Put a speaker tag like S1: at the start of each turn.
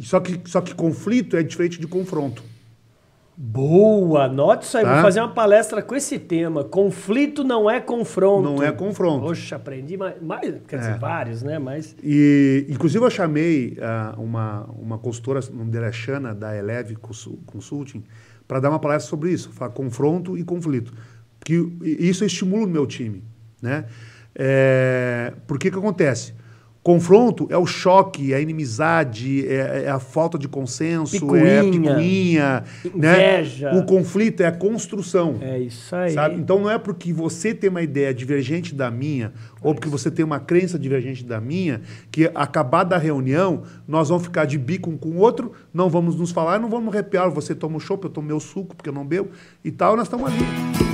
S1: Só que, só que conflito é diferente de confronto.
S2: Boa, anote isso aí.
S1: Tá?
S2: Vou fazer uma palestra com esse tema. Conflito não é confronto.
S1: Não é confronto.
S2: Poxa, aprendi mais, mais- quer dizer,
S1: É.
S2: vários, né? Mas
S1: E, inclusive, eu chamei ah, uma, uma consultora, o nome dela é Shana, da Eleve Consul- Consulting, para dar uma palestra sobre isso, falar confronto e conflito. Porque isso eu estimulo no meu time. Né? É, por que que acontece? Confronto é o choque, é a inimizade, é, é a falta de consenso, é a
S2: Picuinha,
S1: picuinha. né?
S2: inveja.
S1: O conflito é a construção.
S2: é isso aí.
S1: Sabe? Então não é porque você tem uma ideia divergente da minha, ou porque você tem uma crença divergente da minha, que acabada a reunião, nós vamos ficar de bico um com o outro, um não vamos nos falar, não vamos arrepiar, você toma o chopp, eu tomo meu suco, porque eu não bebo, e tal, nós estamos ali.